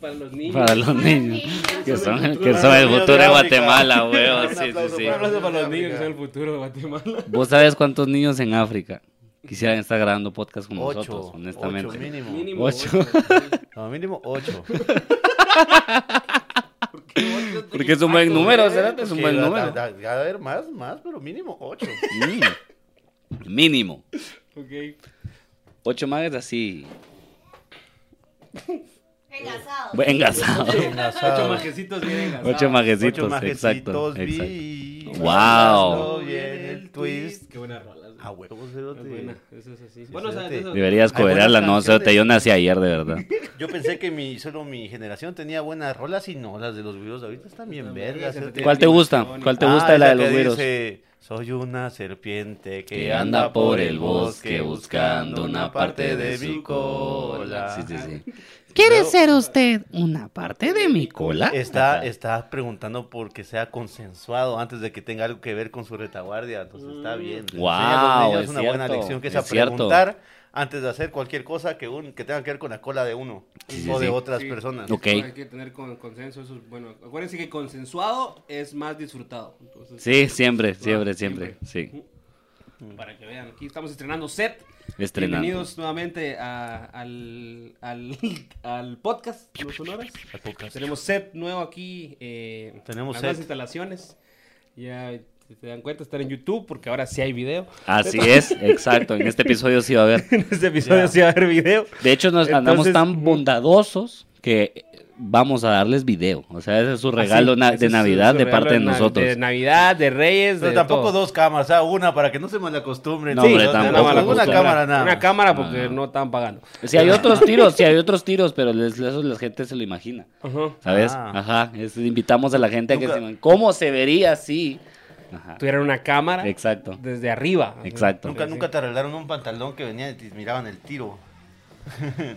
para los niños. Para los niños. Que son, que son el futuro de Guatemala, weón. Sí, sí, sí. Un aplauso para los niños que son el futuro de Guatemala. ¿Vos sabés cuántos niños en África quisieran estar grabando podcast con Ocho. eh. nosotros, honestamente? Ocho mínimo. Mínimo Ocho. No, mínimo ocho. Porque es un buen número, Cerate, es un buen Porque da- número. da- da- Va a haber más, más, pero mínimo ocho. Mm. Mínimo. Ok. Ocho magas así. Eh, Engasado. Engasado. Ocho Engasado. majecitos bien Ah. Ocho majecitos, Ocho exacto. majecitos exacto. vi. Wow. Bailando bien el twist. Ah, Qué buena rola. A huevo, Es cerote. buena, eso es así. Bueno, o sea, fíjate. eso- Deberías Hay buenas cobrarla, no, canciones. cerote, yo nací ayer, de verdad. Yo pensé que mi, solo mi generación tenía buenas rolas y no, las de los videos ahorita están bien También, vergas. esa cerote. tiene ¿Cuál te gusta? ¿Cuál te Ah, gusta de la esa de los que güeros? dice, Soy una serpiente Que anda por el bosque buscando una parte de su cola. Sí, sí, sí. ¿Quiere ser usted una parte de mi cola? Está, está preguntando porque sea consensuado antes de que tenga algo que ver con su retaguardia. Entonces Mm. está bien. Le Guau, enseña a los niños es una buena cierto, lección que es, es a cierto. preguntar antes de hacer cualquier cosa que, un, que tenga que ver con la cola de uno Sí, sí, o de sí. otras Sí. personas. Ok. Hay que tener con, consenso. Eso es, bueno, acuérdense que consensuado es más disfrutado. Entonces, Sí, siempre, siempre, siempre. Sí, Para que vean, aquí estamos estrenando set. estrenando. Bienvenidos nuevamente a- al, al, al podcast No Sonoras. Tenemos set nuevo aquí. eh, Tenemos las set. nuevas instalaciones. Ya si te dan cuenta, estar en YouTube porque ahora sí hay video. Así es, exacto. En este episodio sí va a haber. En este episodio Ya. sí va a haber video. De hecho, nos andamos Entonces, tan ujú. bondadosos que vamos a darles video. O sea, Ah, ese es su regalo Así, na- ese de es su- Navidad su de regalo parte de na- nosotros. De Navidad, de Reyes. Pero de tampoco todo. dos cámaras, ah, una para que no se malacostumbren. No, hombre, Sí, tampoco. nada más Una Una costumbre. cámara nada. Una más. cámara porque Ah. no estaban pagando. Si hay otros tiros, si hay otros tiros, pero les, eso la gente se lo imagina. ¿Sabes? Ah. Ajá. es- invitamos a la gente a que Nunca- se cómo se vería así. Ajá. Tuvieron una cámara. Exacto. Desde arriba. Exacto. Nunca, nunca te arreglaron un pantalón que venía y te miraban el tiro.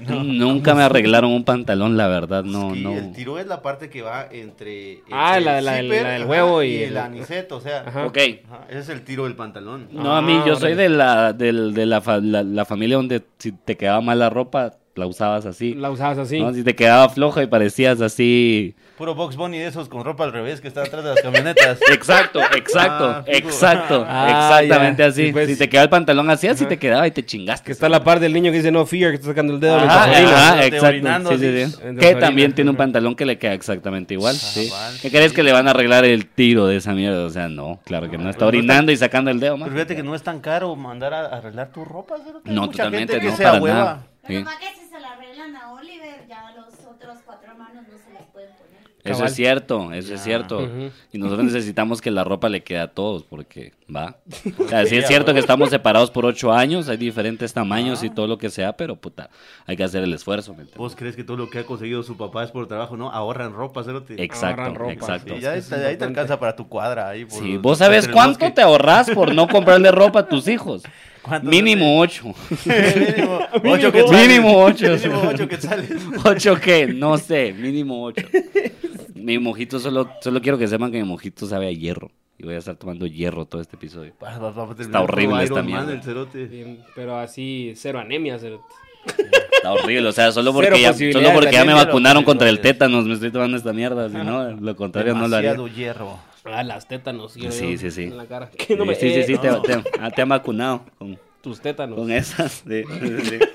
Nunca me arreglaron un pantalón, la verdad, no, Es que no. El tiro es la parte que va entre. Ah, entre la- el la- la- zipper, la del ajá, huevo y el el- aniceto, o sea. Ajá. Ok. ajá, ese es el tiro del pantalón. No, a mí, Ah, yo soy órale. de la, del- de, la, fa- la- la familia donde si te quedaba mal la ropa, la usabas así. La usabas así. ¿no? Si te quedaba floja y parecías así. Puro Box Bunny de esos con ropa al revés que está atrás de las camionetas. Exacto, exacto, Ah, fijo. exacto. pues. Ah, exactamente ya. así. Sí, pues. Si te quedaba el pantalón así, así te quedaba y te chingaste. Que está a la par del niño que dice no fear, que está sacando el dedo. Ajá, mientras te ajá, orina. orinas, te Ah, exacto, orinando, sí, sí, sí. dices. Mientras Que orinas, también tiene un ajá. pantalón que le queda exactamente igual. sí. Ah, vale. ¿Qué crees que le van a arreglar el tiro de esa mierda? O sea, no, claro que no. Está orinando y sacando el dedo, más. Pero fíjate que no es tan caro mandar a arreglar tu ropa. ¿cierto? Hay No, mucha totalmente, gente que no, sea para hueva. nada. Pero Sí. más que si se la arreglan a Oliver, ya los otros cuatro hermanos no se las pueden poner. Eso Cabal. es cierto, eso es cierto. Ujú. Y nosotros necesitamos que la ropa le quede a todos, porque va. O sea, sí ya, es cierto huevo. que estamos separados por ocho años, hay diferentes tamaños Ah. y todo lo que sea, pero puta, hay que hacer el esfuerzo. ¿me entiendes? ¿Vos crees que todo lo que ha conseguido su papá es por trabajo? No, ahorran ropa, cerote. Exacto, Ahorran ropa, exacto. Sí, Es ya que ahí es te- ahí te importante. alcanza para tu cuadra. Ahí, por- Sí, por- vos sabes entre el cuánto bosque. te ahorras por no comprarle ropa a tus hijos. ¿Cuánto Mínimo ocho. mínimo ocho Mínimo. quetzales. Mínimo ocho. Mínimo ocho quetzales. ¿Ocho qué? No sé, mínimo ocho. Mi mojito, solo, solo quiero que sepan que mi mojito sabe a hierro. Y voy a estar tomando hierro todo este episodio. Va- va- va a terminar Está horrible este como esta Iron Man, mierda. el cerote. Bien, Pero así, cero anemia. cero- Está horrible, o sea, solo Cero porque ya, posibilidades solo porque ya me también, pero vacunaron contra el posibilidades. tétanos, me estoy tomando esta mierda, si no, lo contrario no lo haría. Demasiado hierro. Ah, las tétanos. quiero Sí, yo sí, sí. En la cara. Que no me- sí, sí, sí, eh, te, no. te- ah, te han vacunado con, Tus tétanos. con esas. sí, sí, sí.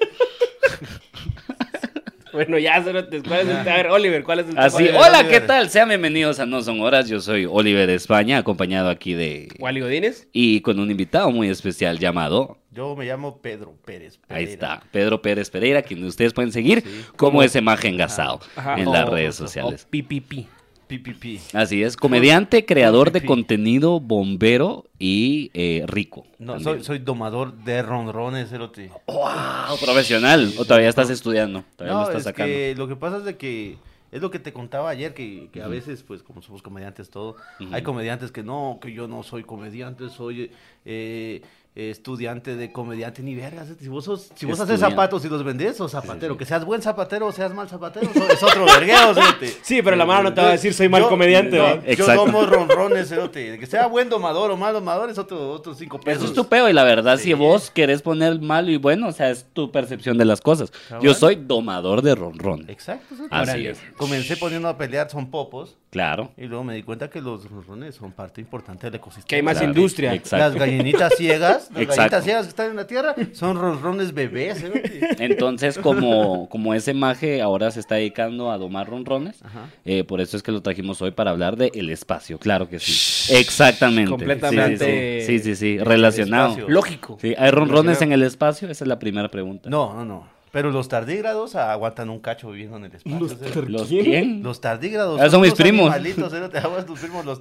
Bueno, ya, cero- ¿cuál es el A ver, Oliver, ¿cuál es el Así, Oliver, hola, Oliver. ¿qué tal? Sean bienvenidos a No Son Horas, yo soy Oliver España, acompañado aquí de... ¿Wally Godínez? Y con un invitado muy especial llamado... Yo me llamo Pedro Pérez. Ahí Pereira. está, Pedro Pérez Pereira, quien ustedes pueden seguir como ese maje engasado Ajá, en o- Oh, las redes O sociales. PPP. PPP. Así es, comediante, creador de Sí. contenido, bombero y eh, rico. No, también. soy, soy domador de ronrones, cerote. Ah, profesional. o todavía estás estudiando. Todavía No, lo estás es sacando. que lo que pasa es de que es lo que te contaba ayer, que, que a veces, pues, como somos comediantes todo, hay comediantes que no, que yo no soy comediante, soy eh, eh, estudiante de comediante ni vergas. eh. Si vos, sos- si vos Estudiante. haces zapatos y los vendés, sos zapatero. Que seas buen zapatero o seas mal zapatero, so- es otro vergueo, cerote. Sí, pero la mano no te va a decir soy mal Yo- comediante. no, ¿va? Yo Exacto. tomo ronrones, cerote. El Que sea buen domador o mal domador es otro, otros cinco pesos. Eso Pues es tu peo, y la verdad, si vos querés poner malo y bueno, o sea, es tu percepción de las cosas. Yo Ah, bueno. soy domador de ronrones. Exacto, cerote. Así es. Comencé poniendo a pelear son popos Claro. y luego me di cuenta que los ronrones son parte importante del ecosistema. Que hay más Claro. industria. Exacto. Las gallinitas ciegas, las Exacto. gallinitas ciegas que están en la tierra, son ronrones bebés. cerote. Entonces, como, como ese maje ahora se está dedicando a domar ronrones, Ajá. eh, por eso es que lo trajimos hoy para hablar de el espacio. Claro que sí. Exactamente. Completamente. Sí, sí, sí, sí, sí, relacionado. espacio. Lógico. Sí, ¿Hay ronrones en el espacio? Esa es la primera pregunta. No, no, no. Pero los tardígrados aguantan un cacho viviendo en el espacio. Los cerote. ¿Los ¿Quién? quién? Los tardígrados. Ah, son mis tus primos. animalitos, cerote. Aguas tus primos, los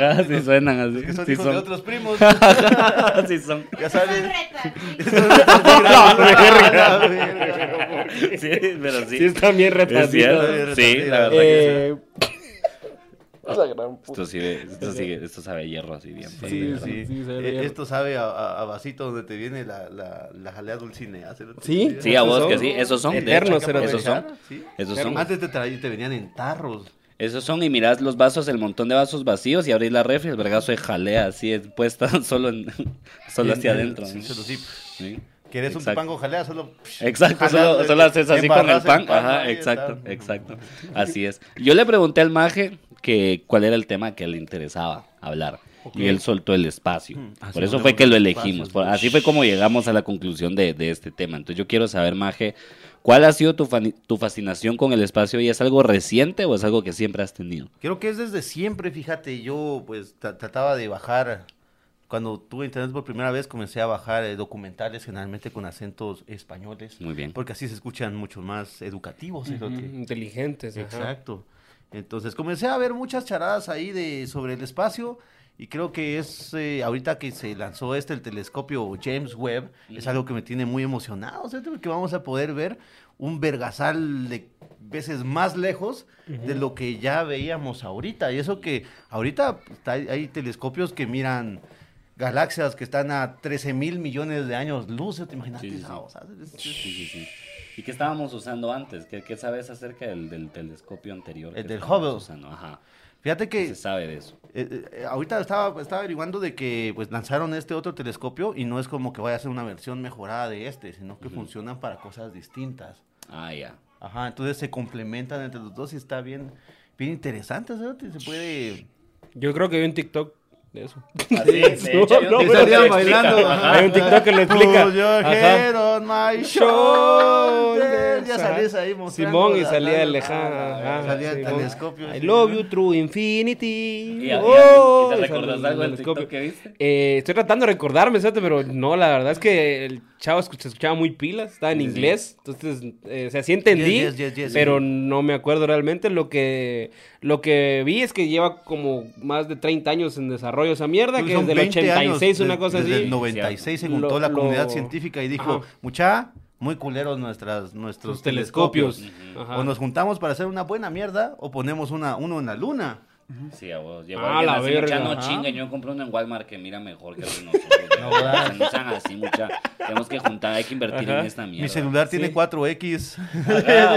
Ajá, sí Los- suenan así. Que son sí hijos son. de otros primos. Sí son. ya Son sabes. retarditos. Son los tardígrados. Ah, la verga. Sí, pero sí. Sí, están bien Es retardados. cierto. Sí, la verdad que sí. Eh, Esto, sí, esto, sigue- esto sabe a hierro así bien. Sí, bien, sí. sí, se ve Eh, bien. esto sabe a, a- a vasito donde te viene la, la, la jalea dulcinea. cerote. Eh, Sí. Sí, a Esos vos que son sí, esos son. de hecho, eternos, hay que cerote. esos son. Sí. Esos son. Antes te, tra- te venían en tarros. Esos son y mirás los vasos, el montón de vasos vacíos y abrís la refri, el vergazo de jalea así es puesta solo, en, solo hacia Sí, adentro. sí, ¿no? solo sí. Sí. ¿Quieres un Exacto. pan con jalea? Solo. Exacto, Jalea, solo, eh, solo haces así con el embarras pan. Ajá, ahí exacto, está. exacto. Así es. Yo le pregunté al maje que cuál era el tema que le interesaba hablar. Y él soltó el espacio. Ah, Por sí, eso hablemos fue que lo del elegimos. espacio. Por- así fue como llegamos a la conclusión de, de este tema. Entonces yo quiero saber, Maje, ¿cuál ha sido tu, fani- tu fascinación con el espacio? ¿Y es algo reciente o es algo que siempre has tenido? Creo que es desde siempre, fíjate, yo pues tra- trataba de bajar, cuando tuve internet por primera vez comencé a bajar eh, documentales generalmente con acentos españoles, Muy bien. porque así se escuchan mucho más educativos. Ujú, cerote. Inteligentes. ajá. Exacto. Entonces comencé a ver muchas charadas ahí de sobre el espacio y creo que es eh, ahorita que se lanzó este el telescopio James Webb es algo que me tiene muy emocionado, ¿cierto? Porque vamos a poder ver un vergasal de veces más lejos de lo que ya veíamos ahorita y eso que ahorita pues, hay, hay telescopios que miran galaxias que están a 13 mil millones de años luz, ¿te imaginas? Sí, sí, sí. Esa cosa, es- es- Sí, sí, sí. ¿Y qué estábamos usando antes? ¿Qué, qué sabes acerca del, del telescopio anterior? El que del estábamos Hubble. usando? Ajá. Fíjate ¿Qué que se sabe de eso? Eh, eh, ahorita estaba, estaba averiguando de que pues lanzaron este otro telescopio y no es como que vaya a ser una versión mejorada de este, sino que funcionan para cosas distintas. Ah, ya. Ajá, entonces se complementan entre los dos y está bien, bien interesante, cerote, Se puede... Yo creo que vi un TikTok de eso. Así es, de hecho, yo- No, yo pero te lo estarían explico. ajá. Hay un TikTok que lo explica. Put your Ajá. head on my shoulders. Ya Ajá. salís ahí mostrando Simón y la- salía la- el lejano. Ah, ajá, Salía el Simón. telescopio. I sí, love ¿no? you through infinity. ¿Y, y- y- y Oh, te y recordás sale algo el del TikTok telescopio. que viste? Eh, estoy tratando de recordarme, ¿sabes? pero no, la verdad es que el chavo escu- se escuchaba muy pilas, estaba en inglés, entonces, eh, o sea, sí entendí, Yes, yes, yes, yes, pero sí. no me acuerdo realmente. Lo que, lo que vi es que lleva como más de 30 años en desarrollo esa mierda, que Creo Pues son es del 20 86, años, una de- cosa desde así. el 96 se Lo- juntó la lo- comunidad científica y dijo, Ajá. mucha, muy culeros nuestras, nuestros Los telescopios. telescopios. Ajá. O nos juntamos para hacer una buena mierda o ponemos una, uno en la luna. Sí, a vos. Llegó Ah, alguien la así, verga. mucha, no Ajá. chinguen, yo compré uno en Walmart que mira mejor que el de nosotros. No, ¿verdad? no sean así, mucha. Tenemos que juntar, hay que invertir en esta mierda. Mi celular tiene 4X. huevos, Eso, ajá,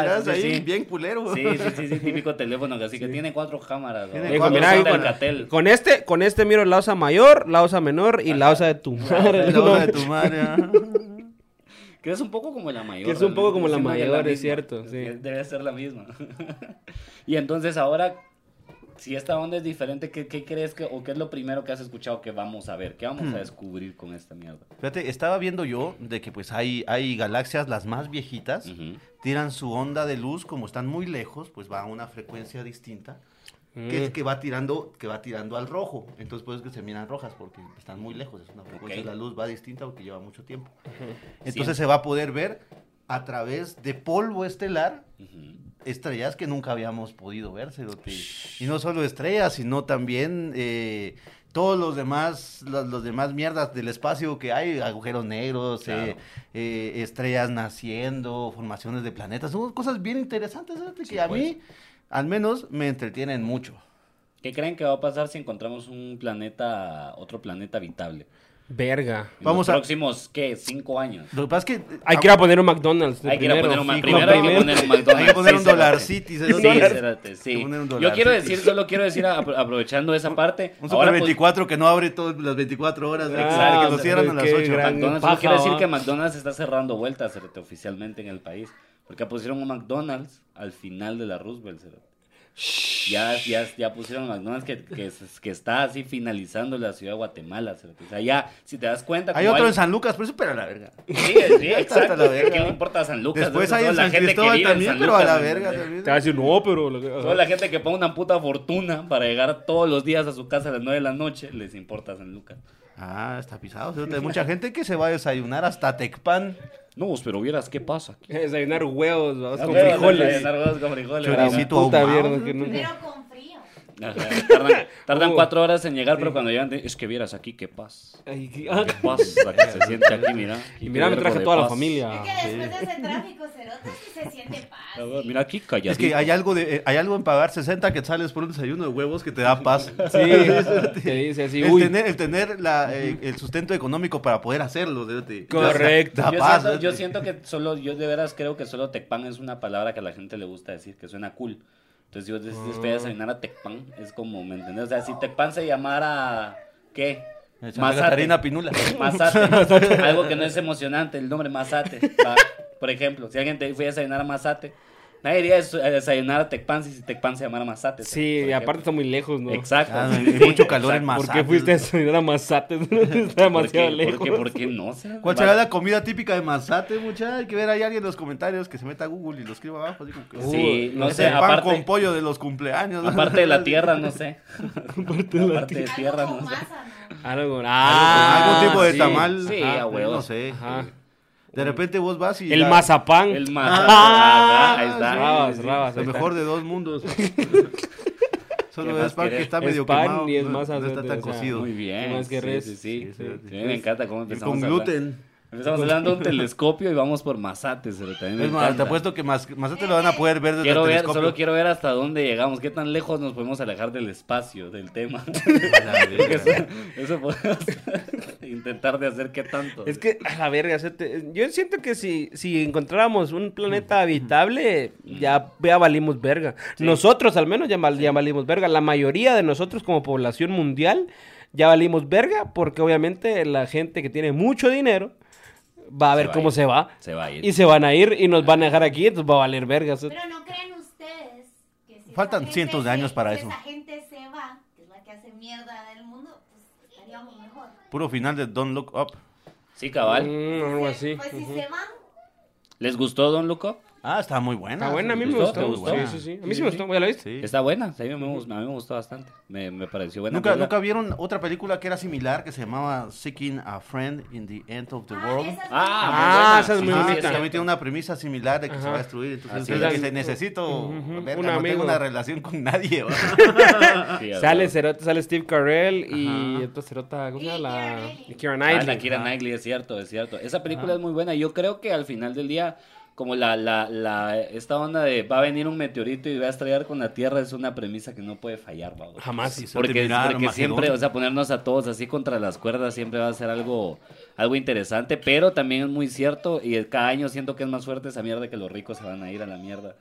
mirás sí, pues, ahí, sí. bien culero. Sí, sí, sí, sí, típico teléfono que así que tiene cuatro cámaras. ¿no? Tiene Dijo, cuatro mira, Son de con, Alcatel. con este, con este miro la osa mayor, la osa menor y la osa de tu madre. La bola de tu madre. ajá. Que es un poco como la mayor. Que es un poco como la realmente, siempre mayor, la es misma. cierto, sí. Es- Debe ser la misma. y entonces ahora, si esta onda es diferente, ¿qué, qué crees que, o qué es lo primero que has escuchado que vamos a ver? ¿Qué vamos Hmm. a descubrir con esta mierda? Fíjate, estaba viendo yo de que pues hay, hay galaxias, las más viejitas, Ujú. tiran su onda de luz, como están muy lejos, pues va a una frecuencia distinta. Mm. que, Mm. es que va tirando que va tirando al rojo entonces pues que se miran rojas porque están muy lejos es una frecuencia Ok. la luz va distinta porque lleva mucho tiempo entonces Siempre. se va a poder ver a través de polvo estelar Ujú. estrellas que nunca habíamos podido ver cerote. y no solo estrellas sino también eh, todos los demás las, los demás mierdas del espacio que hay agujeros negros eh, Claro. eh, estrellas naciendo formaciones de planetas son cosas bien interesantes cerote, Sí, que a pues. mí al menos me entretienen mucho ¿Qué creen que va a pasar si encontramos un planeta, otro planeta habitable? Verga. En Vamos los a- próximos, ¿qué? Cinco años. Lo que pasa es que eh, Hay que ir a poner un McDonald's. de Ah, Hay que ir a poner un sí, como McDonald's. Primero hay que poner un McDonald's. hay que poner un sí, cerote. dólar city. Sí, cero dólares. cerote, sí. Hay que poner un Yo dólar quiero city. decir, solo quiero decir, apro- aprovechando esa parte. Un Super ahora, pues, 24 que no abre todas las 24 horas. Ah, Exacto. Que o lo sea, cierran a las qué 8. gran- McDonald's, Paja, solo quiero decir va. que McDonald's está cerrando vueltas cerote, oficialmente en el país. Porque pusieron un McDonald's al final de la Roosevelt. cerote. Ya, ya, ya pusieron McDonald's que, que, es- que está así finalizando la ciudad de Guatemala. cerote. O sea, ya, si te das cuenta. Hay como otro en San Lucas, pero eso pero a la verga. Sí, sí, exacto. Hasta la verga. ¿A quién le importa San Lucas? Después Toda hay en la San gente que Cristóbal vive en también, San pero a Lucas, la ¿me verga. entendés? Te va a decir, también. no, pero. la- Toda la gente que paga una puta fortuna para llegar todos los días a su casa a las 9 de la noche, les importa San Lucas. Ah, está pisado. cerote. Hay mucha gente que se va a desayunar hasta Tecpan. No, pero vieras qué pasa aquí. Desayunar huevos, vamos, con Ah, bueno, frijoles. desayunar huevos con frijoles. Choricito. Puta ahumado, mierda, que nunca- Pero con frío. Ajá, Tardan, tardan Uh. cuatro horas en llegar, pero cuando llegan, es que vieras aquí qué paz. Ay, qué- Qué paz la que se siente aquí, mira. Y mira, me Qué traje vergo toda de la paz. Es familia. que después de ese tráfico, cerote, sí se siente paz. Ah, bueno, Mira aquí, calladito. Es que hay algo, de, eh, hay algo en pagar 60 quetzales por un desayuno de huevos que te da paz. Sí, te dice así, el uy. tener, el, tener la, eh, el sustento económico para poder hacerlo. cerote. Correcto. Da yo, paz. ¿eh? siento, yo cerote. siento que solo, yo de veras creo que solo Tecpan es una palabra que a la gente le gusta decir, que suena cool. Entonces, si vos decís, voy Ah. a desayunar a Tecpan, es como, ¿me entendés? O sea, si Tecpan se llamara, ¿qué? Santa Catarina Pinula. Mazate. Algo que no es emocionante, el nombre Mazate. va. Por ejemplo, si alguien te fue a desayunar a Mazate, nadie iría a des- a desayunar a Tecpan si Tecpan se llamara Mazate. Sí, por y ejemplo. aparte está muy lejos, ¿no? Exacto. Ah, Sí, hay mucho calor en exacto. ¿Por Mazate. qué fuiste a desayunar a Mazate? está demasiado ¿Por qué? lejos. ¿Por qué? ¿Por qué no? sé. ¿Cuál será la comida típica de Mazate, muchacha? Hay que ver ahí alguien en los comentarios que se meta a Google y lo escriba abajo. así como que, Sí, "Uy, no es sé, el pan aparte- con pollo de los cumpleaños. Aparte de la tierra, no sé. Aparte de la Aparte de tierra, Algo con no sé. masa, ¿no? Algo, Algo- ah, algún tipo de sí. tamal. sí, ajá, a huevo. No sé. Ajá. De repente vos vas y... El la- mazapán. El más. Ah, ahí está. rabas, rabas. Lo ahí está. mejor de dos mundos. Solo ¿Qué es más pan que querés? está Es medio pan quemado. y es no- masa, no, está o tan sea, cocido. Muy bien. ¿Qué más querés? Sí, sí, sí. Sí, sí, Sí, sí. Me encanta cómo Y empezamos. con a hablar. gluten. Empezamos hablando de un telescopio y vamos por Mazate. se lo también me Es más, te encanta. apuesto que más, Mazate lo van a poder ver desde Quiero el ver, telescopio. solo quiero ver hasta dónde llegamos, qué tan lejos nos podemos alejar del espacio, del tema. La eso, verga. eso podemos intentar de hacer qué tanto. Es que, a la verga, o sea, te- yo siento que si, si encontráramos un planeta habitable, ya, ya valimos verga. Nosotros al menos ya, val- ya valimos verga. La mayoría de nosotros como población mundial ya valimos verga porque obviamente la gente que tiene mucho dinero va a Se ver va a cómo ir. se va. se va a ir. Y se van a ir y nos van a dejar aquí, entonces va a valer verga. o sea, Pero no creen ustedes que si Faltan esa gente cientos de se- años para si eso. esa gente se va, que es la que hace mierda del mundo, pues estaríamos mejor. Puro final de Don't Look Up. Sí, cabal. mm, algo así. Pues si ujú. se van, ¿Les gustó Don Luco? Ah, está muy buena. Está buena, a mí me ¿Te gustó. gustó? ¿Te Sí, gustó? sí, sí. A mí sí me gustó. ¿Ya la viste? Sí. Está buena, sí, a, mí me, gustó- a mí me gustó bastante. Me, me pareció buena. ¿Nunca, película. ¿Nunca vieron otra película que era similar que se llamaba Seeking a Friend in the End of the ah, World? esas- Ah, Ah, esa es Sí, muy sí, bonita. que también tiene una premisa similar de que se Ajá. va a destruir. Entonces, Así es la es. que se necesito. Ujú, verga, un no amigo. tengo una relación con nadie. ¿va? Sí, a Sale ver. Cerote, sale Steve Carell y Ajá. esta Cerota, ¿cómo se Y llama? La... Keira Knightley. Kieran Ah, Knightley. la Keira Knightley, es cierto, es cierto. Esa película es muy buena. Yo creo que al final del día, como la, la, la, esta onda de va a venir un meteorito y va a estrellar con la Tierra es una premisa que no puede fallar, vamos. Jamás. Sí, sí. Porque, Mira, porque Armagedón. siempre, o sea, ponernos a todos así contra las cuerdas siempre va a ser algo, algo interesante, pero también es muy cierto y cada año siento que es más fuerte esa mierda que los ricos se van a ir a la mierda.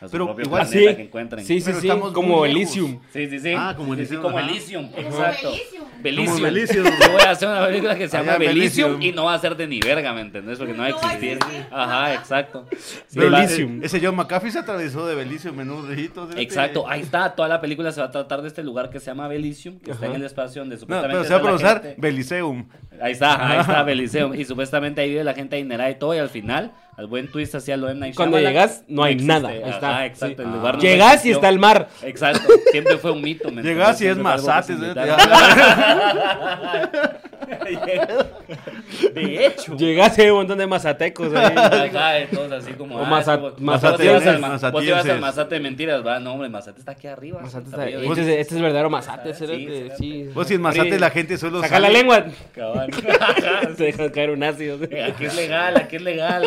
A su Pero propio igual- planeta Ah, sí. que encuentren. Sí, sí, Pero sí. estamos Como muy lejos. Elysium. Sí, sí, sí. Ah, Sí, como sí, Elysium, como ajá. Elysium, Como exacto. Belisium. Belisium. Como Belisium. Yo voy a hacer una película que se Allá llama en Belisium y Belisium. no va a ser de ni verga, ¿me entendés? Porque no va a No va a existir. existir. Ajá, exacto. Sí, Pero va- Belisium. e- Ese John McAfee se atravesó de este. Belisium en unos ritos. ¿sí? Exacto, Ah, ahí está, toda la película se va a tratar de este lugar que se llama Belisium, que está en el espacio donde No, supuestamente pero se está va a la pronunciar gente- Beliseum. Ahí está, ahí Ah. está Beliceum. Y supuestamente ahí vive la gente adinerada y todo. Y al final, al buen twist hacia lo M. Night Cuando Shyamalan, llegas, no hay existe. nada. Ahí está. Ajá, Ah, exacto. Sí. El lugar no Llegas y existió. está el mar. Exacto, siempre fue un mito. ¿me Llegás entiendes? y es ¿eh? Siempre fue algo que se Mazate. ¿sí? inventaron. De hecho. Llegas y hay un montón de mazatecos Este ahí. Ajá, entonces así como. O ah, Maza- vos- Mazatenses, vos te ibas al ma- Vos te ibas Mazatienses. al Mazate de mentiras, va. No, hombre, Mazate está aquí arriba. Mazate está está- arriba. Este, es- este es verdadero mazate. Sí, cerote, sí, sí. Vos si en Mazate Sí. la gente solo Saca la sale- lengua. Cabal. Te dejas caer un ácido. Aquí es legal, aquí es legal.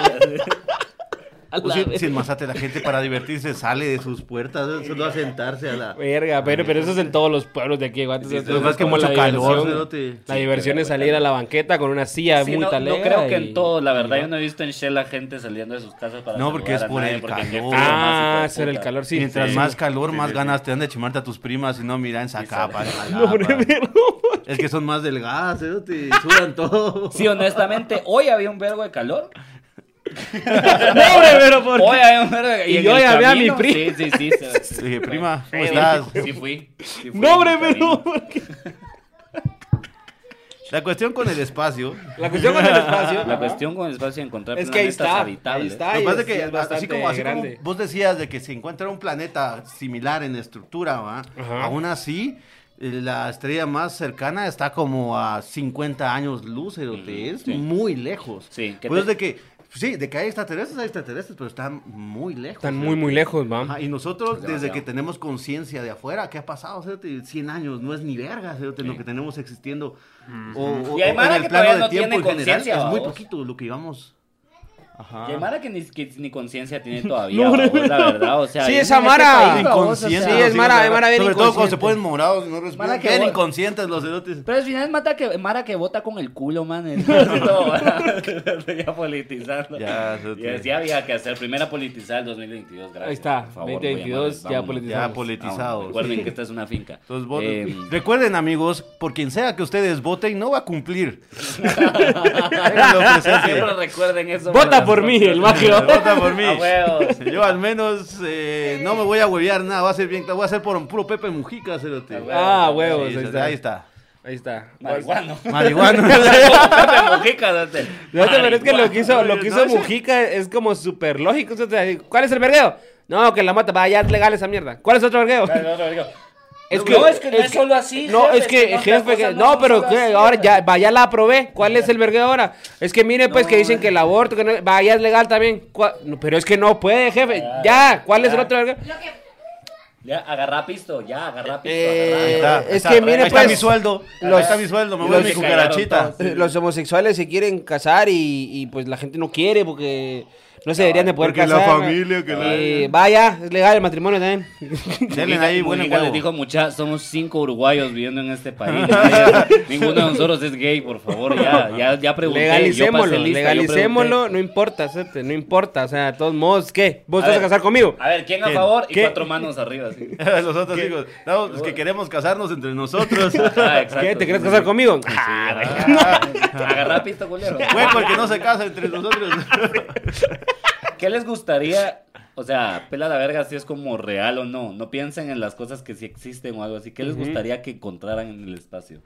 Pues sin, sin Mazate, la gente para divertirse sale de sus puertas, ¿no? solo a sentarse a la. Verga, pero, pero eso es en todos los pueblos de aquí, de Guates. Sí, eso lo es más que como la mucho calor, diversión. ¿no? Te- La Sí, diversión pero es salir a la banqueta con una silla Sí, muy no, no talega creo que y- en todo, la verdad, yo no he visto en Shell la gente saliendo de sus casas para No, porque saludar es a por nadie, el porque qué calor. frío más, hijo Ah, de eso era el puta. calor, sí. Mientras sí. más calor, más ganas te dan de chimarte a tus primas y no mira en Zacapa. en No, Jalapa. pero- es que son más delgadas, ¿eh? te sudan todo. Sí, honestamente, hoy había un vergo de calor. No, hombre, pero ¿por Hoy qué? había un vergo de calor. Y yo llamé a mi primo. prima. Sí, sí, sí. se- Le dije, prima, ¿cómo Sí, estás? Sí, fui. sí fui No, hombre, en el pero camino. ¿por qué? La cuestión con el espacio. La cuestión con el espacio. La cuestión con el espacio de encontrar Es que ahí planetas está, habitables. ahí está. Lo que pasa es- es que sí, es así, bastante como, así como grande. vos decías de que se encuentra un planeta similar en estructura, ¿va? Ajá. aún así eh, la estrella más cercana está como a 50 años luz, erote, es sí. muy lejos. Sí, que Pues te- de que, sí, de que hay extraterrestres, hay extraterrestres, pero están muy lejos. Están erote. muy, muy lejos, Ajá, va. y nosotros, desde Demasiado. que tenemos conciencia de afuera, ¿qué ha pasado? erote? 100 años, no es ni vergas erote, lo que tenemos existiendo. O, o- Y hay o mara que todavía no tiene en general, conciencia, es muy ¿va vos? poquito lo que llevamos. Ajá. Y hay Mara que ni, que ni conciencia tiene todavía, No, babos, no, la no. verdad, o sea... Sí, viven esa en este Mara país, babos, o sea, Inconscientes. Sí, es los Mara- hijos de es Mara bien Sobre todo cuando se inconsciente. ponen morados y no respetan. Mara que Bien vos- inconscientes los elotes. Pero al final mata que, Mara que vota con el culo, man. Entonces, no, ya politizando. Ya, eso ya, tiene. ya había que hacer. Primera politizar el 2022, gracias. Ahí está, Por favor, 2022 voy a llamar, ya vámonos. politizado. Politizados. Ya Vámonos, politizados. Recuerden que esta es una finca. Entonces, voten. Eh, Recuerden, amigos, por quien sea que ustedes voten, no va a cumplir. Háganlo presente. siempre recuerden eso. Vota para por las mí, el próximas- magio. Vota por mí. A huevos. Yo al menos eh, no me voy a huevear nada, va a ser bien, voy a hacer por un puro Pepe Mujica, cerote. A huevo. Ah, Sí, huevos, Sí, ahí ahí está. está. Ahí está. Marihuano. Marihuana. Pepe Mujica, date. No, pero es que lo que hizo, Marihuana. lo que hizo No, ese- Mujica es como súper lógico. o sea, ¿Cuál es el vergueo? No, que la mata, va, ya es legal esa mierda. ¿Cuál es otro vergueo? Dale, otro, digo. Es No, es que no es solo así, No, jefe, es que, es que no, jefe, la que- cosa no, no pero es que así, ahora jefe. ya, vaya la aprobé. ¿Cuál es el vergueo ahora? Es que mire, pues, que dicen que el aborto, que no, vaya es legal también. ¿Cuál- no, pero es que no puede, jefe. Ah, Ya, ¿cuál es el ya. otro vergueo? Lo que Ya, agarra pisto, ya, agarra pisto. Eh, agarra. Ahí Eh, está, es que mire, ahí está pues, mi sueldo. los- ahí está mi sueldo, me voy a los- mi cucarachita. Sí. Los homosexuales se quieren casar y, y, pues la gente no quiere porque no se deberían de poder porque la casar. familia, que la- Eh, Vaya, es legal el matrimonio también. Denle Mujica- ahí buen Mujica les huevo. dijo, mucha, somos cinco uruguayos viviendo en este país. Ninguno de nosotros es gay, por favor, ya, ya, ya pregunté. yo Legalicémoslo, pasé lista, yo legalicémoslo, pregunté. no importa, sete, no importa. O sea, de todos modos, ¿qué? ¿Vos A te vas ver, a casar conmigo? A ver, ¿quién a ¿Quién? favor? Y ¿Qué? cuatro manos arriba, sí. los otros hijos. No, pues que queremos casarnos entre nosotros. Ah, exacto, ¿Qué? ¿Te quieres sí, casar sí. conmigo? Ah, Agarra pisto, culero. Hueco el que no se casa entre nosotros. ¿Qué les gustaría? O sea, pela la verga si es como real o no. No piensen en las cosas que sí existen o algo así. ¿Qué les gustaría que encontraran en el espacio?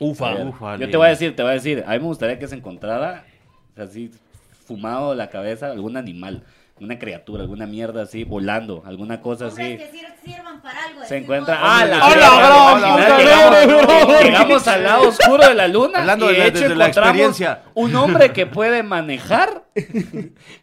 A ver, Ufale. Yo te voy a decir, te voy a decir. A mí me gustaría que se encontrara, o sea, así, fumado de la cabeza, algún animal, una criatura, alguna mierda así, volando, alguna cosa así. hombres que sir- sirvan para algo. pues, Se decís encuentra. vos. ¡Ah, la ¡Hola, verga! gran Imaginar, puta llegamos- verga! Llegamos al lado oscuro de la luna. Hablando y de la- hecho desde la encontramos experiencia. Un hombre que puede manejar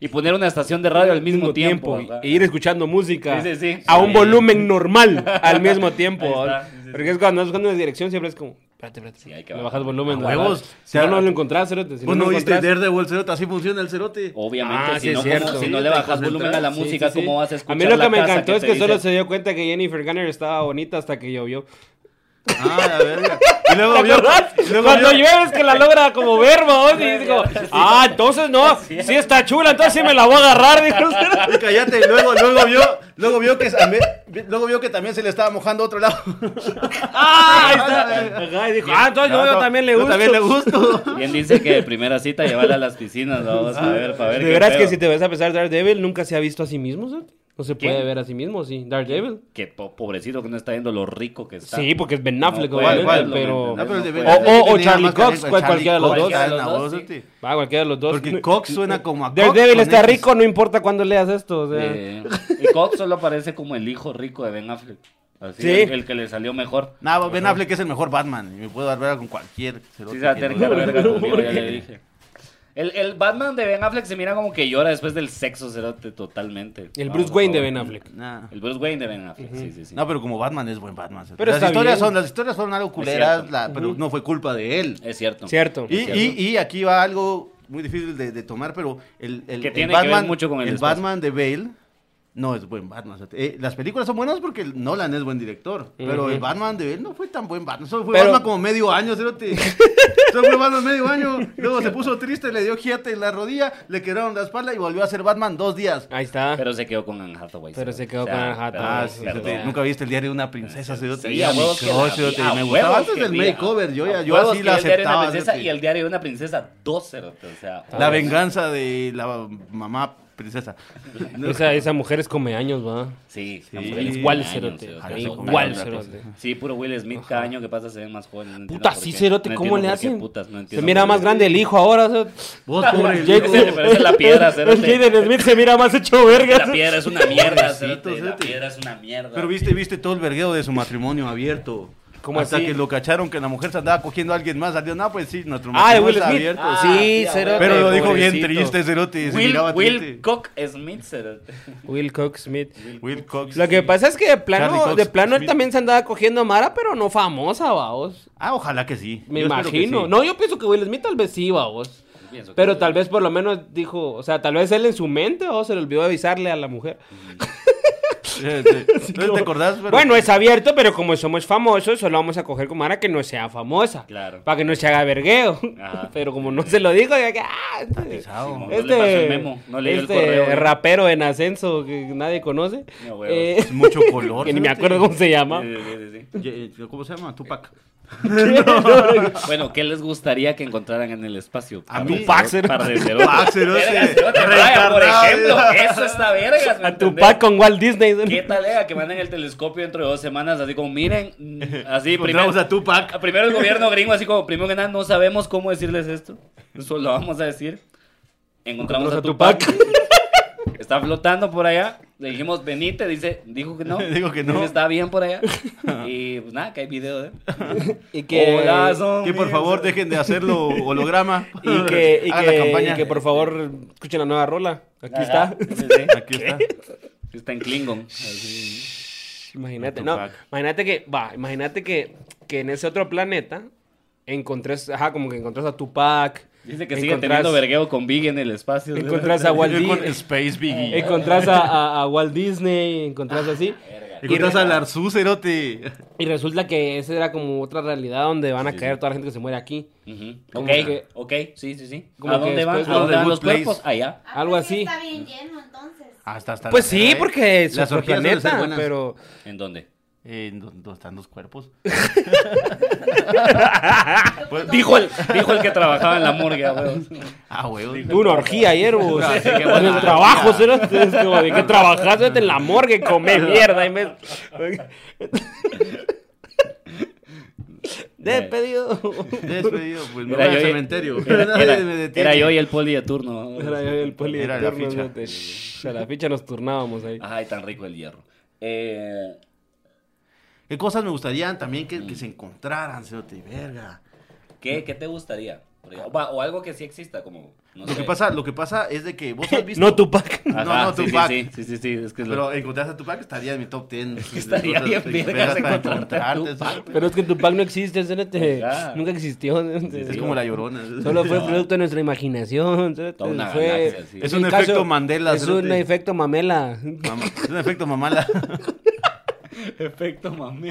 y poner una estación de radio al mismo tiempo. y- ¿verdad? e ir escuchando música Sí, sí, sí. a un Sí. volumen normal al mismo tiempo. Ahí está, ¿verdad? sí, sí, Porque es cuando cuando es dirección siempre es como, espérate, espérate, hay que le bajar. bajas volumen. A ¿verdad? huevos, Si o sea, no, no lo encontrás, cerote, si Vos no lo viste encontrás- Daredevil, cerote, así funciona el cerote. Obviamente, Ah, si, sí, es no, como- cierto. si no Sí, le te bajas volumen a la concentras. música, Sí, sí, sí. ¿cómo vas a escuchar? A mí lo la que me casa encantó te es que solo dice? se dio cuenta que Jennifer Garner estaba bonita hasta que llovió. Ah, la verga. Y luego ¿Te vio. acordás? y luego Cuando vio- llueve es que la logra como ver, babón, y dice como, ah, entonces no, sí está chula, entonces sí me la voy a agarrar, dijo. y Cállate, y luego, luego vio, luego vio que también, luego vio que también se le estaba mojando a otro lado. Ah, ahí está. Ajá, y dijo, ah, entonces yo, yo también le Yo gusto. También le gusto. Bien dice que de primera cita llevarla a las piscinas, vamos a ver, para ver. De qué veras que pedo. si te vas a pensar, Daredevil nunca se ha visto a sí mismo, ¿sí? No se puede ¿Quién? ver a sí mismo, sí. Daredevil. Que po- pobrecito que no está viendo lo rico que está. Sí, porque es Ben No Affleck, puede obviamente, verlo, pero... no, Ah, pero el de puede. verdad, O- o- sí o tenía Charlie más Cox, talento. cual- cualquiera de los Charlie dos. Cox, ah, Cualquiera de los voz, dos, cerote. Va, cualquiera de los dos. Porque Cox suena como a Cox Daredevil con está X. rico, no importa cuándo leas esto, o sea... Eh, y Cox solo parece como el hijo rico de Ben Affleck. Así, Sí. el, el que le salió mejor. Nah, Ben Affleck es el mejor Batman. y Me puedo dar verga con cualquier. cerote Sí, se va a que tener lo- que dar verga conmigo, ¿Por ya qué? le dije. El, el Batman de Ben Affleck se mira como que llora después del sexo, cerote, totalmente. El No, Bruce por Wayne de favor. Ben Affleck. Nah. El Bruce Wayne de Ben Affleck, sí, sí, sí. No, pero como Batman es buen Batman. cerote. Pero las está historias bien. son, las historias son algo culeras, cierto. la- pero no fue culpa de él. Es cierto. Cierto. Y, y- y aquí va algo muy difícil de, de tomar, pero el, el- Que el tiene que ver Batman, mucho con el el espacio. Batman de Bale no es buen Batman. o sea, eh, las películas son buenas porque el Nolan es buen director, pero el Batman de Bale no fue tan buen Batman. Solo fue Pero- Batman como medio año, cerote. Solo fue Batman medio año. Luego se puso triste, le dio giate en la rodilla, le quebraron la espalda y volvió a ser Batman dos días. Ahí está. Pero se quedó con Anne Hathaway. Pero cerote. se quedó con Anne Hathaway. perdón, Ah, sí, perdón. cerote, nunca viste el diario de una princesa, cerote. Sí, Ya a me huevos que quedó, la- cerote, a Me huevos gustaba antes que del sí, makeover, yo ya- yo huevos así que la el diario de una aceptaba. princesa cerote. y el diario de una princesa, dos cerote, o sea, La venganza de la mamá princesa. Esa, esa mujer es come años, va. Sí, Sí. es Igual, años, cerote, cerote, ajá, son igual, tan ratos. cerote. Sí, puro Will Smith, cada año que pasa se ven más jóvenes. no entiendo Puta, por sí, qué. cerote, No ¿cómo le entiendo por qué hacen? putas, no se entiendo mira por más qué. grande el hijo ahora. o sea, Vos, pobre Jake- loco. Se parece a la piedra, El cerote. Jaden Smith se mira más hecho verga. La piedra es una mierda, cerote, la cerote. piedra es una mierda. Pero viste, viste todo el vergueo de su matrimonio abierto. ¿Cómo Hasta así? que lo cacharon que la mujer se andaba cogiendo a alguien más. Salió, no, pues sí, nuestro Ah, de matrimonio Will está Smith. abierto. Ah, sí, sí, cerote. Pero lo dijo bien pobrecito. triste, Cerote. se Will, miraba Will triste. Cock Smith, cerote. Will Cox Smith. Will Cox. Lo que pasa es que de Charlie plano, Cox de plano él Smith. también se andaba cogiendo a Mara, pero no famosa, vaos. Ah, ojalá que sí. Me Yo espero que imagino. sí. No, yo pienso que Will Smith tal vez sí, vaos. Pienso que- Pero tal vez por lo menos dijo, o sea, tal vez él en su mente o se le olvidó avisarle a la mujer. Eh, te- no te acordás, pero- Bueno, es abierto, pero como somos famosos, solo vamos a coger con Mara que no sea famosa. Claro. Para que no se haga vergueo. Ajá. Pero como no se lo dijo, ya que. ah, este- Pisao. No, no le este pasó el memo, no leyó el este correo, ¿eh? rapero en ascenso que nadie conoce. No, huevos. Eh, Es mucho color. que ni me cerote. acuerdo cómo se llama. Sí, sí, sí, sí. Ye- eh, ¿Cómo se llama? Tupac. Bueno, ¿qué les gustaría que encontraran en el espacio? A Par mí- de- Tupac, cerote. par de cerotes. Tupac, Ah, cerote. Verga, cerote, vaya, Por Retardado. ejemplo, eso está vergas. ¿me A entendés? Tupac con Walt Disney. ¿Qué tal, eh? Que manden el telescopio dentro de dos semanas, así como, miren, mm, así primero. Encontramos a Tupac. Primero el gobierno gringo, así como, primero que nada, no sabemos cómo decirles esto. Eso lo vamos a decir. Encontramos a Tupac. Está flotando por allá. Le dijimos, venite, dice, dijo que no. Dijo que no. Dice, está bien por allá. Y pues nada, que hay video de. Y que, Hola, son Que por míos. favor dejen de hacerlo holograma. y que, y Hagan la que, campaña. y que, por favor escuchen la nueva rola. Aquí Ajá, está. sí, sí. Aquí está. Está en Klingon. Así. Imagínate, Con no. Tupac. Imagínate que, va, imagínate que, que en ese otro planeta encontrás, ajá, como que encontrás a Tupac. Dice que sigue encontrás- teniendo vergueo con Big en el espacio. Encontrás a Walt Yo con Disney. Space Eh, Biggie. Encontrás a, a- a Walt Disney, encontrás así. Encontrás al Arzú, cerote. Y resulta que esa era como otra realidad donde van a Sí, sí. caer toda la gente que se muere aquí. Ujú. Como Ok, que- ok, sí, sí, sí. como ¿A que dónde van? después ¿A de dónde The van Good los Place. cuerpos? Allá. Ah, Algo pues sí, así. Está bien lleno, entonces. Ah, Hasta, hasta Pues sí, porque es ¿eh? Las otro orgías deben ser planeta, buenas. pero... ¿En dónde? ¿En dónde están los cuerpos? pues, Dijo el, dijo el que trabajaba en la morgue, a huevos. Ah, huevos. Tuve una orgía ayer, vos. Ah, sí, qué buena en el orgía. trabajo, ¿será? Es como de que trabajas vete en la morgue, come mierda. Y me... Despedido. Despedido, pues me Era voy al yo y- cementerio. Era, Nadie era- me detiene. era yo y el poli de turno. Era el poli de Era la turno, ficha. fíjate. Shh, A la ficha nos turnábamos ahí. Ay, tan rico el hierro. Eh, ¿Qué cosas me gustarían también que, que se encontraran, cerote? Verga. ¿qué, qué te gustaría? O, va- o algo que sí exista, como. No Lo sé. que pasa, lo que pasa es de que vos has visto... No Tupac. No, Ajá, no, sí, sí, Tupac. Sí, sí, sí, sí, es que es pues, lo- Pero encontrarse a Tupac estaría en mi top 10. estaría bien vergas para encontrarte a encontrarte. Tupac. cerote. Pero es que Tupac no existe, espérate. Ya. nunca existió. espérate. Es como la llorona. Solo fue No. producto de nuestra imaginación. espérate. Toda una Fue- galaxia, sí. Es en un efecto Mandela, Es un espérate. efecto mamela. Mamá, Es un efecto mamala. Efecto mami.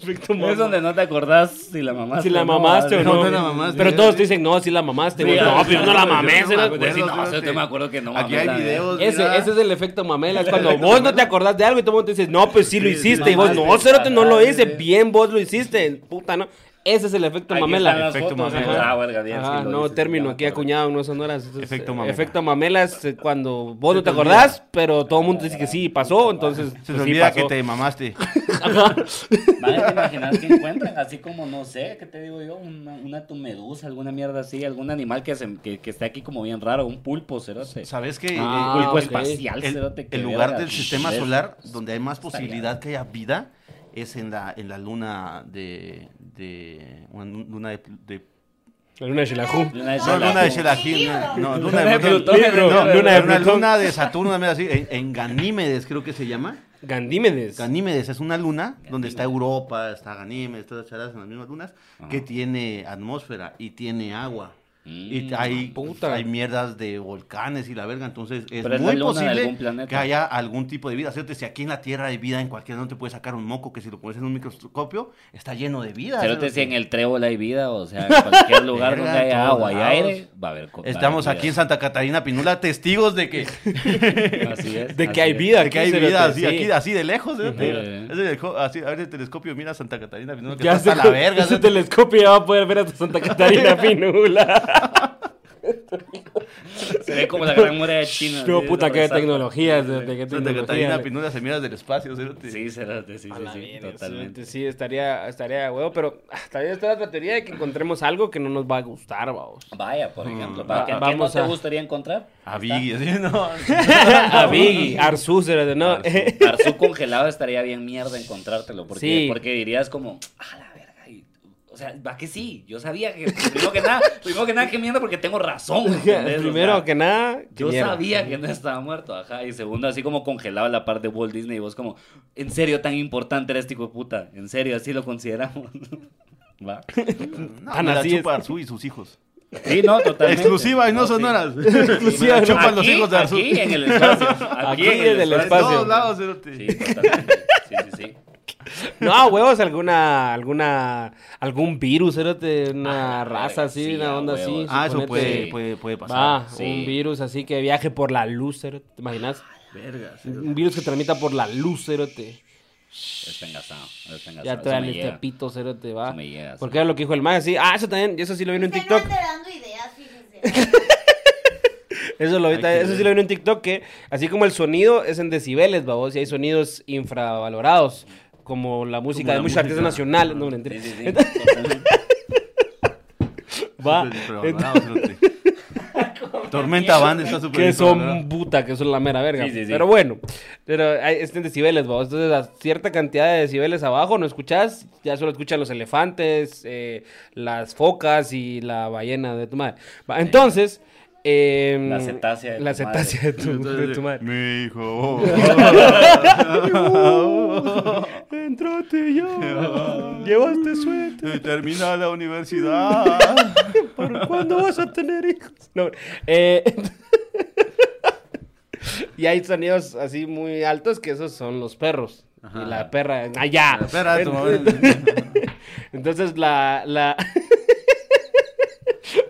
efecto Es donde no te acordás si la mamaste. Si la mamaste o no, no. no la mamaste. Pero todos dicen, no, si la mamaste. güey. no, pero yo no la mamé. yo no se me la- acuerdo. Pues sí, no, Acuerdo, yo te fíjate. me acuerdo que no. Aquí mames, hay la- videos. Ese, mira. ese es el efecto mamela. Es cuando efecto vos no mamela. te acordás de algo y todo el mundo te dice, no, pues sí lo Sí, sí, hiciste. y vos, no, mamaste. Cerote, no lo Ajá, hice. sí, sí. Bien, vos lo hiciste. Puta, no. Ese es el efecto Aquí están mamela. las Efecto fotos, mamela. ajá. Ah, verga, bien, Ah, sí, lo no, dices, término ya me aquí acuerdo. acuñado, no son horas. Entonces, Efecto eh, mamela. Efecto mamela es eh, cuando vos no te te acordás, pero todo el mundo te dice que sí, pasó. Entonces, Se pues, te sí, olvida pasó. que te mamaste. Madre, ¿te imaginas que encuentran? Así como, no sé, ¿qué te digo yo? Una, una tu medusa, alguna mierda así, algún animal que, se, que, que esté aquí como bien raro, un pulpo, cerote. ¿Sabes qué? Ah, Eh, pulpo ok. espacial, el, cerote. que el lugar verga. pues, del sistema Ves, solar donde hay más Está posibilidad que haya vida es en la, en la luna de, de una luna de, de- La luna de Shilahu. Luna de no, Xelajú. luna de Xelajú, no, no, luna de Luna de Plutón, Plutón, no, luna de una Plutón. luna de Saturno, una mierda así, en, en Ganímedes creo que se llama, Gandímedes. Ganímedes es una luna donde está Europa, está Ganímedes, todas esas charadas en las mismas lunas, Ajá. que tiene atmósfera y tiene agua. Y Mm, hay, puta. hay mierdas de volcanes y la verga, entonces es Pero es la muy luna de algún posible planeta. que haya algún tipo de vida. O sea, si aquí en la Tierra hay vida, en cualquier lado te puedes sacar un moco que si lo pones en un microscopio está lleno de vida. Cerote, Cerote. si en el trébol hay vida, o sea, en cualquier lugar Verga, donde en haya todos agua y lados. aire, va a haber co- va a haber Estamos aquí en vida. Santa Catarina Pinula testigos de que, Así es, De así que hay es. vida. de que aquí, hay cerote, vida así, sí. aquí, así de lejos. cerote. Ujú. Es el jo- así, a ver el telescopio, mira Santa Catarina Pinula que Ya está se, hasta la verga. ese cerote. telescopio ya va a poder ver hasta Santa Catarina Pinula. Se ve como la gran muralla de China. No, así, puta, lo qué resalta. tecnologías, de- de qué Santa Catarina tecnología. Pinula se mira desde el espacio. cerote. Sí, Cerote, sí, sí, sí, totalmente. Sí, estaría, estaría de huevo, pero ah, también está la teoría de que encontremos algo que no nos va a gustar, vamos. Vaya, por ejemplo, Va- ¿para qué, vamos ¿qué no a- te gustaría encontrar? A Biggie, sí, no. a Biggie, Arzú, cerote, no. Arzú, Arzú congelado estaría bien mierda encontrártelo, porque, Sí. porque dirías como, a la verga, y- o sea, va que sí, yo sabía que, primero que nada, primero que nada, que mierda, porque tengo razón, ¿entendés? O Primero sea, que nada, Yo mierda. sabía que no estaba muerto, ajá, y segundo, así como congelado a la par de Walt Disney, y vos como, en serio, tan importante era este hijo de puta, en serio, así lo consideramos, va. No, Tan me la así es. chupa Arzú y sus hijos. Sí, no, totalmente. Exclusiva y no sí. sonoras. Exclusiva. no. chupan los Aquí, hijos de Arzú. Aquí en el espacio, aquí, Aquí en el en el espacio. espacio. En todos lados, cerote. Sí, totalmente, sí, sí, sí. No, huevos, alguna, alguna, algún virus, cerote, una Ah, la raza verga, así, sí, una a onda así. huevos. Ah, eso suponete. puede, Sí. puede, puede Va, pasar. sí. un virus así que viaje por la luz, cerote, ¿te imaginas? Verga, cerote. Un virus que transmita por la luz, cerote. Está engasado, está engasado. Ya eso te dan me este llega. pito, cerote, va. Eso me llega, Porque era lo que dijo el man, así, ah, eso también, eso sí lo vi en un Usted no TikTok. ande dando ideas, fíjense. Eso, lo vi Hay ta- que eso sí ver. lo vi en un TikTok que, así como el sonido es en decibeles, babos, y hay sonidos infravalorados, como la música Como de la muchos artistas música. nacionales, no, Sí, mentira. Ah, sí, sí, totalmente. Va, Súper entonces- infravalorado, cerote. Tormenta Band está súper que son infravalorado. puta, que son la mera verga. Sí, sí, sí. Pero bueno, pero hay, es en decibeles, babos. Entonces, a cierta cantidad de decibeles abajo no escuchás, ya solo escuchan los elefantes, eh, las focas y la ballena de tu madre. Va, entonces. em, La cetácea de la tu madre. cetácea de tu- de tu madre. Mi hijo. Entrate ya. Llevaste suerte. Termina la universidad. ¿Por cuándo vas a tener hijos? No, eh, y hay sonidos así muy altos que esos son los perros. Y la perra. ¡Allá! La perra de tu madre. Entonces la. la...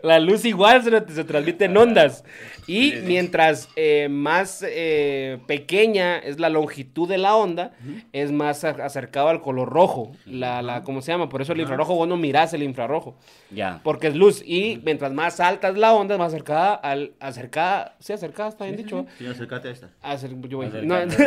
La luz igual se, se transmite en ondas. Y mientras eh, más eh, pequeña es la longitud de la onda, es más a- acercado al color rojo. La, la, ¿Cómo se llama? Por eso el infrarrojo, vos no mirás el infrarrojo. Ya. Porque es luz. Y mientras más alta es la onda, más acercada al. acercada. Sí, acercada, está bien dicho. ¿va? Sí, acércate a esta. Acer- yo voy- Acercada. no,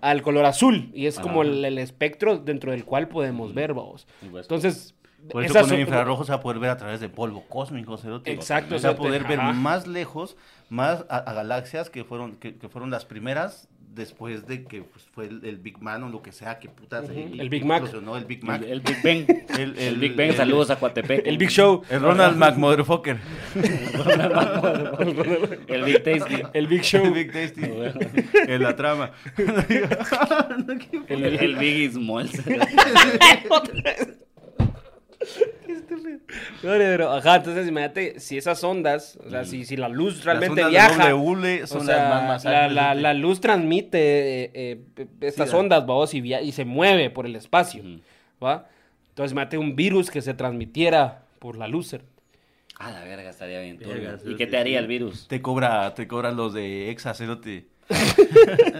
Ah. al color azul. Y es como Ajá. el, el espectro dentro del cual podemos ver, vamos. Supuesto. Entonces. pues, Por eso esas con el son- infrarrojo se va a poder ver a través de polvo cósmico, cerote. Exacto, O sea, cerote, poder ver ajá. más lejos, más a, a galaxias que fueron, que, que fueron las primeras después de que pues, fue el, el Big Man o lo que sea, que putas. El Big Mac. explosionó el Big Mac. El, el Big Ben. El- El, el- Big Ben, el- saludos a Coatepec. El Big Show. El Ronald Mac, motherfucker. El Big Tasty. El Big Show. El Big Tasty. en la trama. El, el Big Small. No, pero, ajá, entonces imagínate si esas ondas, o sea, si, si la luz realmente Mm. ondas de viaja. doble hule son o sea, las más más la, ágiles, la- ¿no? la luz transmite eh, eh, pe- pe- estas Sí, da. ondas, babos, y, via- y se mueve por el espacio, Ujú. ¿va? Entonces imagínate un virus que se transmitiera por la luz. eh, cerote. A la verga, estaría bien. turbio. Verga, ¿Y cerote, qué te haría sí. el virus? Te cobra, te cobran los de Exa, cerote.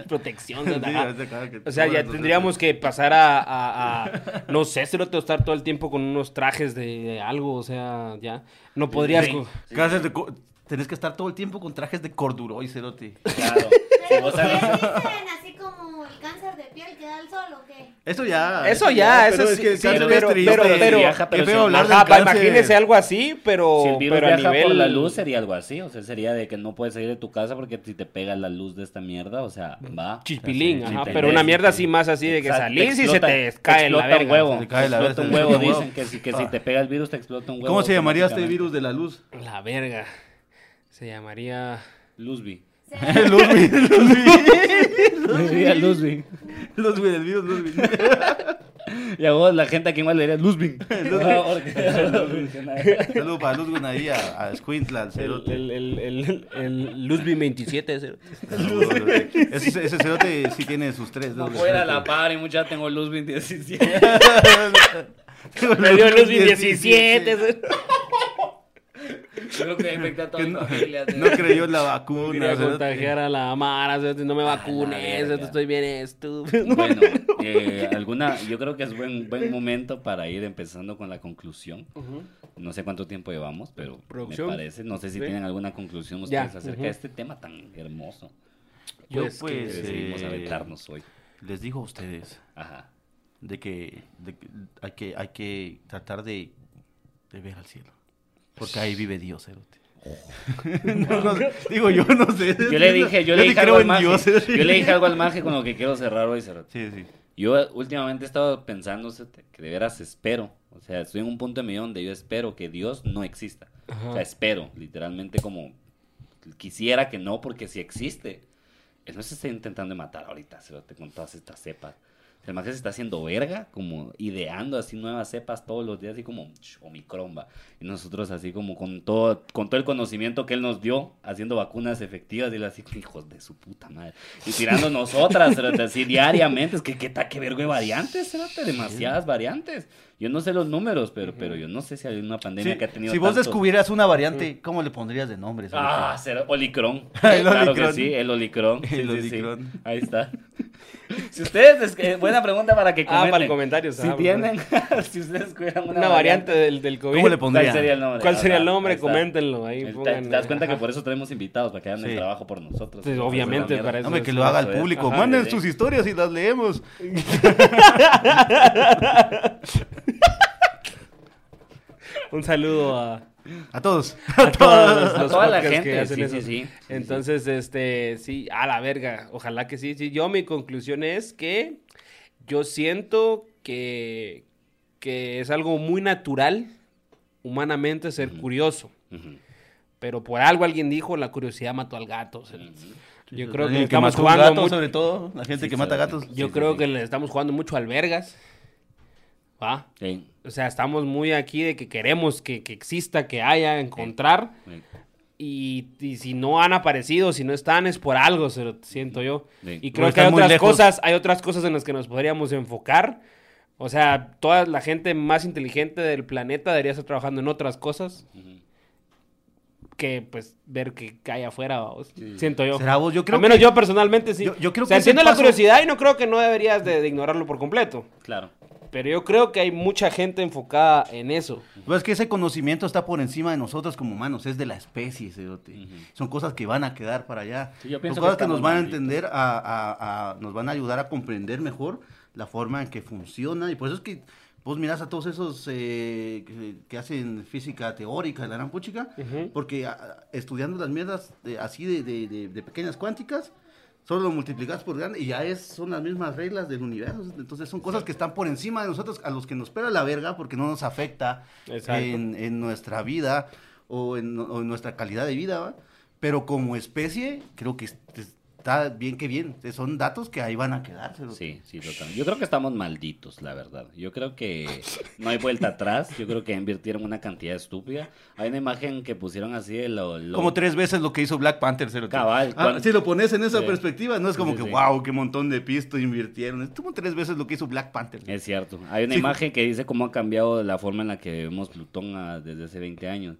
Protección, Sí, cerote, a ajá. veces cada que te O sea, cobran ya los- tendríamos que pasar a, a- a- no sé, cerote, o estar todo el tiempo con unos trajes de, de algo, o sea, ya, no podrías... Sí. co- Clases de co- Tenés que estar todo el tiempo con trajes de corduroy, cerote. Claro. Si Pero vos ustedes sabes. dicen así como el cáncer de piel que da el sol o qué. Eso ya. Eso ya, eso pero sí, es que el sí, cáncer pero- es triste. pero- pero- Viaja, pero qué si- feo hablar Ajá, del pa- cáncer. imagínese algo así, pero, Si el virus pero a viaja nivel... por la luz sería algo así, o sea, sería de que no puedes salir de tu casa porque si te pega la luz de esta mierda, o sea, va. Mm, Chispilín, O sea, sí, ajá, sí, pero sí, una sí, mierda sí. así más así de que Exacto, salís y se explota- te cae la explota verga. un huevo. Se te cae la explota un verga, se te huevo, cae un huevo. dicen que si, que si te pega el virus te explota un huevo. ¿Cómo se llamaría este automáticamente. virus de la luz? La verga. Se llamaría... Luzbi. Se- Luzbi, Luzbi. Luzbi. Los Beatles, los Beatles. Y a vos, la gente aquí igual le Ah, diría Luzbin. Saludos para Luz ahí a, a El, Squintland. cerote. el, el, el, el Luzbi 27, ese. Saludos, cerote. Ese, ese cerote sí tiene sus tres. No dobles. fuera la par y mucha tengo Luzbin 17. Me dio Luzbi 17. ese. Creo que afecta a toda Que mi no, familia. no creyó en la Quería vacuna. cerote. contagiar a la Mara, cerote, no me vacunes, verga. cerote, estoy bien estúpido. Bueno, eh, alguna, yo creo que es buen, buen momento para ir empezando con la conclusión. No sé cuánto tiempo llevamos, pero Producción. me parece. No sé si Sí. tienen alguna conclusión Ya, ustedes acerca ujú. de este tema tan hermoso Yo, Pues que que pues, decidimos eh, aventarnos hoy. les digo a ustedes Ajá. de que, de que hay que hay que tratar de, de ver al cielo. Porque ahí vive Dios, cerote. No, no, digo, yo no sé. Yo le dije, yo, le ni dije algo creo al en maje. Dios, ¿eh? cerote. Yo le dije algo al maje con lo que quiero cerrar hoy, Cerote. Sí, sí. Yo eh, últimamente he estado pensando Cerote, que de veras espero. O sea, estoy en un punto de mi vida donde yo espero que Dios no exista. O sea, espero, literalmente como quisiera que no, porque si existe, él no se está intentando de matar ahorita, cerote, con todas estas cepas. El más se está haciendo verga, como ideando así nuevas cepas todos los días, así como ch, Omicron, va. Y nosotros así como con todo, con todo el conocimiento que él nos dio, haciendo vacunas efectivas, y él así, hijos de su puta madre. Y tirando nosotras, cerote, así diariamente. Es que qué ta que verga de variantes, cerote, demasiadas variantes. Yo no sé los números, pero, pero yo no sé si hay una pandemia Sí, que ha tenido si vos tantos- descubrieras una variante, ¿cómo le pondrías de nombre? cerote? Ah, será Olicron. El claro que Olicron. sí, el Olicron. Sí, El sí, sí. Olicron. Ahí está. Si ustedes, es que- eh, buena pregunta para que comenten. Ah, para el comentario. Si ah, tienen, si ustedes tuvieran una, Una, variante del, del COVID. ¿Cómo le pon- ¿cuál sería el nombre? ¿Cuál sería el Ajá, nombre? ahí está. Coméntenlo ahí. El- te- pongan- eh, te das cuenta que Ajá. por eso tenemos invitados, para que hagan Sí. el trabajo por nosotros. Sí, obviamente, Esa mierda. para eso Hombre, es que lo haga el Eso es. público. Ajá, Manden sí, sí. sus historias y las leemos. Un saludo a, A todos. a todos los A toda la podcasts gente, que hacen sí, eso. sí, sí. Entonces, este, sí, a la verga. Ojalá que sí, sí. Yo mi conclusión es que yo siento que, que es algo muy natural humanamente ser curioso. Ujú. Pero por algo alguien dijo, la curiosidad mató al gato. o sea, Yo creo que El le estamos mató un jugando gato, mucho- sobre todo, la gente Sí, que mata sabe. gatos. Yo Sí, sí, creo sí. que le estamos jugando mucho al vergas. ¿Va? Sí. O sea, estamos muy aquí de que queremos que, que exista, que haya, encontrar. Sí. Y, y si no han aparecido, si no están, es por algo, se lo siento yo. Sí. Y O creo que están hay muy otras lejos. cosas, hay otras cosas en las que nos podríamos enfocar. O sea, toda la gente más inteligente del planeta debería estar trabajando en otras cosas Ujú. que pues ver que hay afuera, vamos. siento yo. ¿Será vos? Yo creo Al menos que- yo personalmente sí. Yo- yo creo O sea, que es el entiendo la paso- curiosidad y no creo que no deberías de- de ignorarlo por completo. Claro. Pero yo creo que hay mucha gente enfocada en eso. Pero es que ese conocimiento está por encima de nosotros como humanos, es de la especie, cerote. Son cosas que van a quedar para allá. Sí, yo Son pienso que cosas que, estamos nos van a malditos. entender, a, a- a- nos van a ayudar a comprender mejor la forma en que funciona. Y por eso es que vos mirás a todos esos eh, que, que hacen física teórica, la gran puchica, porque a- estudiando las mierdas de- así de, de- de- de pequeñas cuánticas, solo lo multiplicas por grande y ya es, son las mismas reglas del universo. Entonces son cosas que están por encima de nosotros, a los que nos pela la verga, porque no nos afecta Exacto. en, en nuestra vida o en, o en nuestra calidad de vida. ¿va? Pero como especie, creo que es- está bien que bien. Son datos que ahí van a quedar. cerote. Sí, sí, totalmente. Yo creo que estamos malditos, la verdad. Yo creo que no hay vuelta atrás. Yo creo que invirtieron una cantidad estúpida. Hay una imagen que pusieron así de lo... lo- Como tres veces lo que hizo Black Panther. cerote. Cabal, Ah, cuando- si lo pones en esa Sí. perspectiva, no es como Sí, que, sí. wow, qué montón de pisto invirtieron. Es como tres veces lo que hizo Black Panther. Es cierto. Hay una Sí. imagen que dice cómo ha cambiado la forma en la que vemos Plutón a- desde hace 20 años.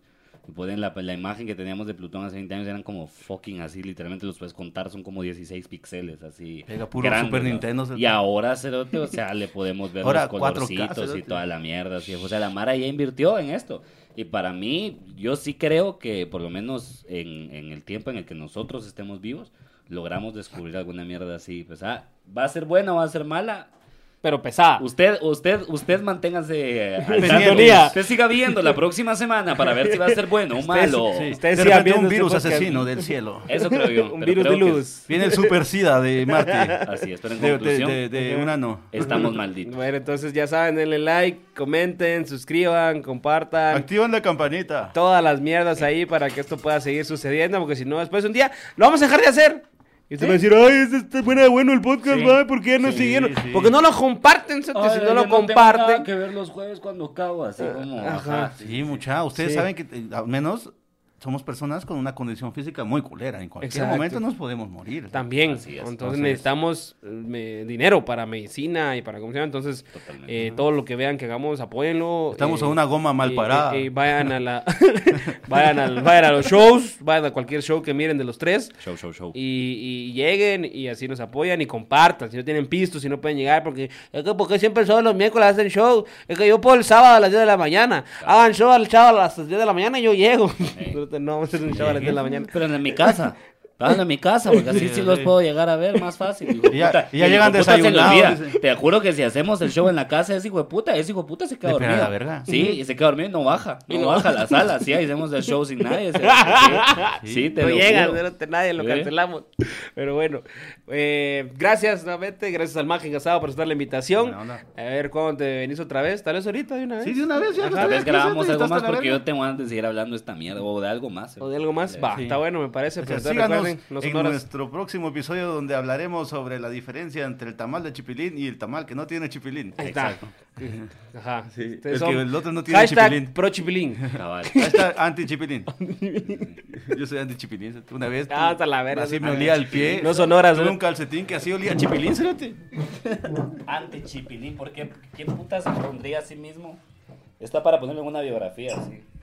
Y ponen la, la imagen que teníamos de Plutón hace 20 años eran como fucking así, literalmente los puedes contar, son como 16 píxeles, así. Era puro Super ¿no? Nintendo, cerote. Y ahora, cerote, o sea, le podemos ver Ahora los 4K, colorcitos y cerote. toda la mierda, así. O sea, la Mara ya invirtió en esto. Y para mí, yo sí creo que, por lo menos en, en el tiempo en el que nosotros estemos vivos, logramos descubrir alguna mierda así. Pues, ah, ¿va a ser buena o va a ser mala? Pero pesada. Usted, usted, usted manténgase eh, al En tanto. sintonía. Usted siga viendo la próxima semana para ver si va a ser bueno o malo. Sí. Ustedes De sigan repente viendo un este virus podcast. asesino del cielo. Eso creo yo. Un pero virus creo de que- luz. Viene el super SIDA de Marte. Así es, pero en De, de, conclusión, Eh, de, de un ano. estamos malditos. Bueno, entonces ya saben, denle like, comenten, suscriban, compartan. Activan la campanita. todas las mierdas ahí para que esto pueda seguir sucediendo, porque si no, después un día lo vamos a dejar de hacer. Y usted va a decir, ay, este está buena, bueno el podcast, Sí. ¿va? ¿por qué no Sí, siguieron? sí. Porque no lo comparten, Cerote, Ay, si yo no lo tengo nada comparten. que ver los jueves cuando acabo, así como. Ajá. Sí, mucha. Ustedes Sí. saben que eh, al menos somos personas con una condición física muy culera. En cualquier Exacto. momento nos podemos morir. También. Así es, entonces, entonces- necesitamos eh, me- dinero para medicina y para cómo se llama. Entonces, Totalmente. eh, todo lo que vean que hagamos, apóyenlo. Estamos eh, a una goma mal eh, parada. eh, eh, vayan a la vayan, al- vayan a los shows, vayan a cualquier show que miren de los tres. Show, show, show. Y, y lleguen y así nos apoyan y compartan. Si no tienen pistos, si no pueden llegar, porque es que porque siempre solo los miércoles hacen show. Es que yo puedo el sábado a las 10 de la mañana. Hagan show al sábado a las 10 de la mañana y yo llego. No, vamos a hacer un show a las 10 de la mañana. Pero en mi casa. Estaban en mi casa, porque así Sí, sí sí. los puedo llegar a ver más fácil. hijo de Y ya- puta. y ya El hijo llegan de puta se le desayunados, olvida. dice. Te juro que si hacemos el show en la casa, ese hijo de puta, ese hijo de puta se queda Le pega dormido. la verga. Sí, y se queda dormido y no baja. No, baja a la sala. Sí, ahí hacemos el show sin nadie. se- Sí, sí, te no lo llega, juro. cerote, nadie lo ¿Eh? cancelamos. Pero bueno, eh, gracias nuevamente, gracias al Magen Casado por aceptar la invitación. Buena onda. A ver cuándo te venís otra vez, tal vez ahorita de una vez. Sí, de una vez ya. Tal vez grabamos algo más porque yo tengo ganas de seguir hablando de esta mierda o de algo más. eh. O de algo más, va, Sí. está bueno, me parece. Pero entonces Síganos recuerden, no son en horas. nuestro próximo episodio donde hablaremos sobre la diferencia entre el tamal de chipilín y el tamal que no tiene chipilín. Ahí está. Ajá. Sí, Ustedes el son- que el otro no tiene Hashtag chipilín. pro chipilín. Cabal. Ahí está, anti-chipilín. Yo soy anti-chipilín. Una vez Ah, hasta la verga, así sí. me olía el pie. No son horas, Tuve ¿no? un calcetín que así olía a chipilín, espérate. Ante Chipilín, ¿por qué? ¿Qué puta se pondría a sí mismo? Está para ponerle una biografía, sí.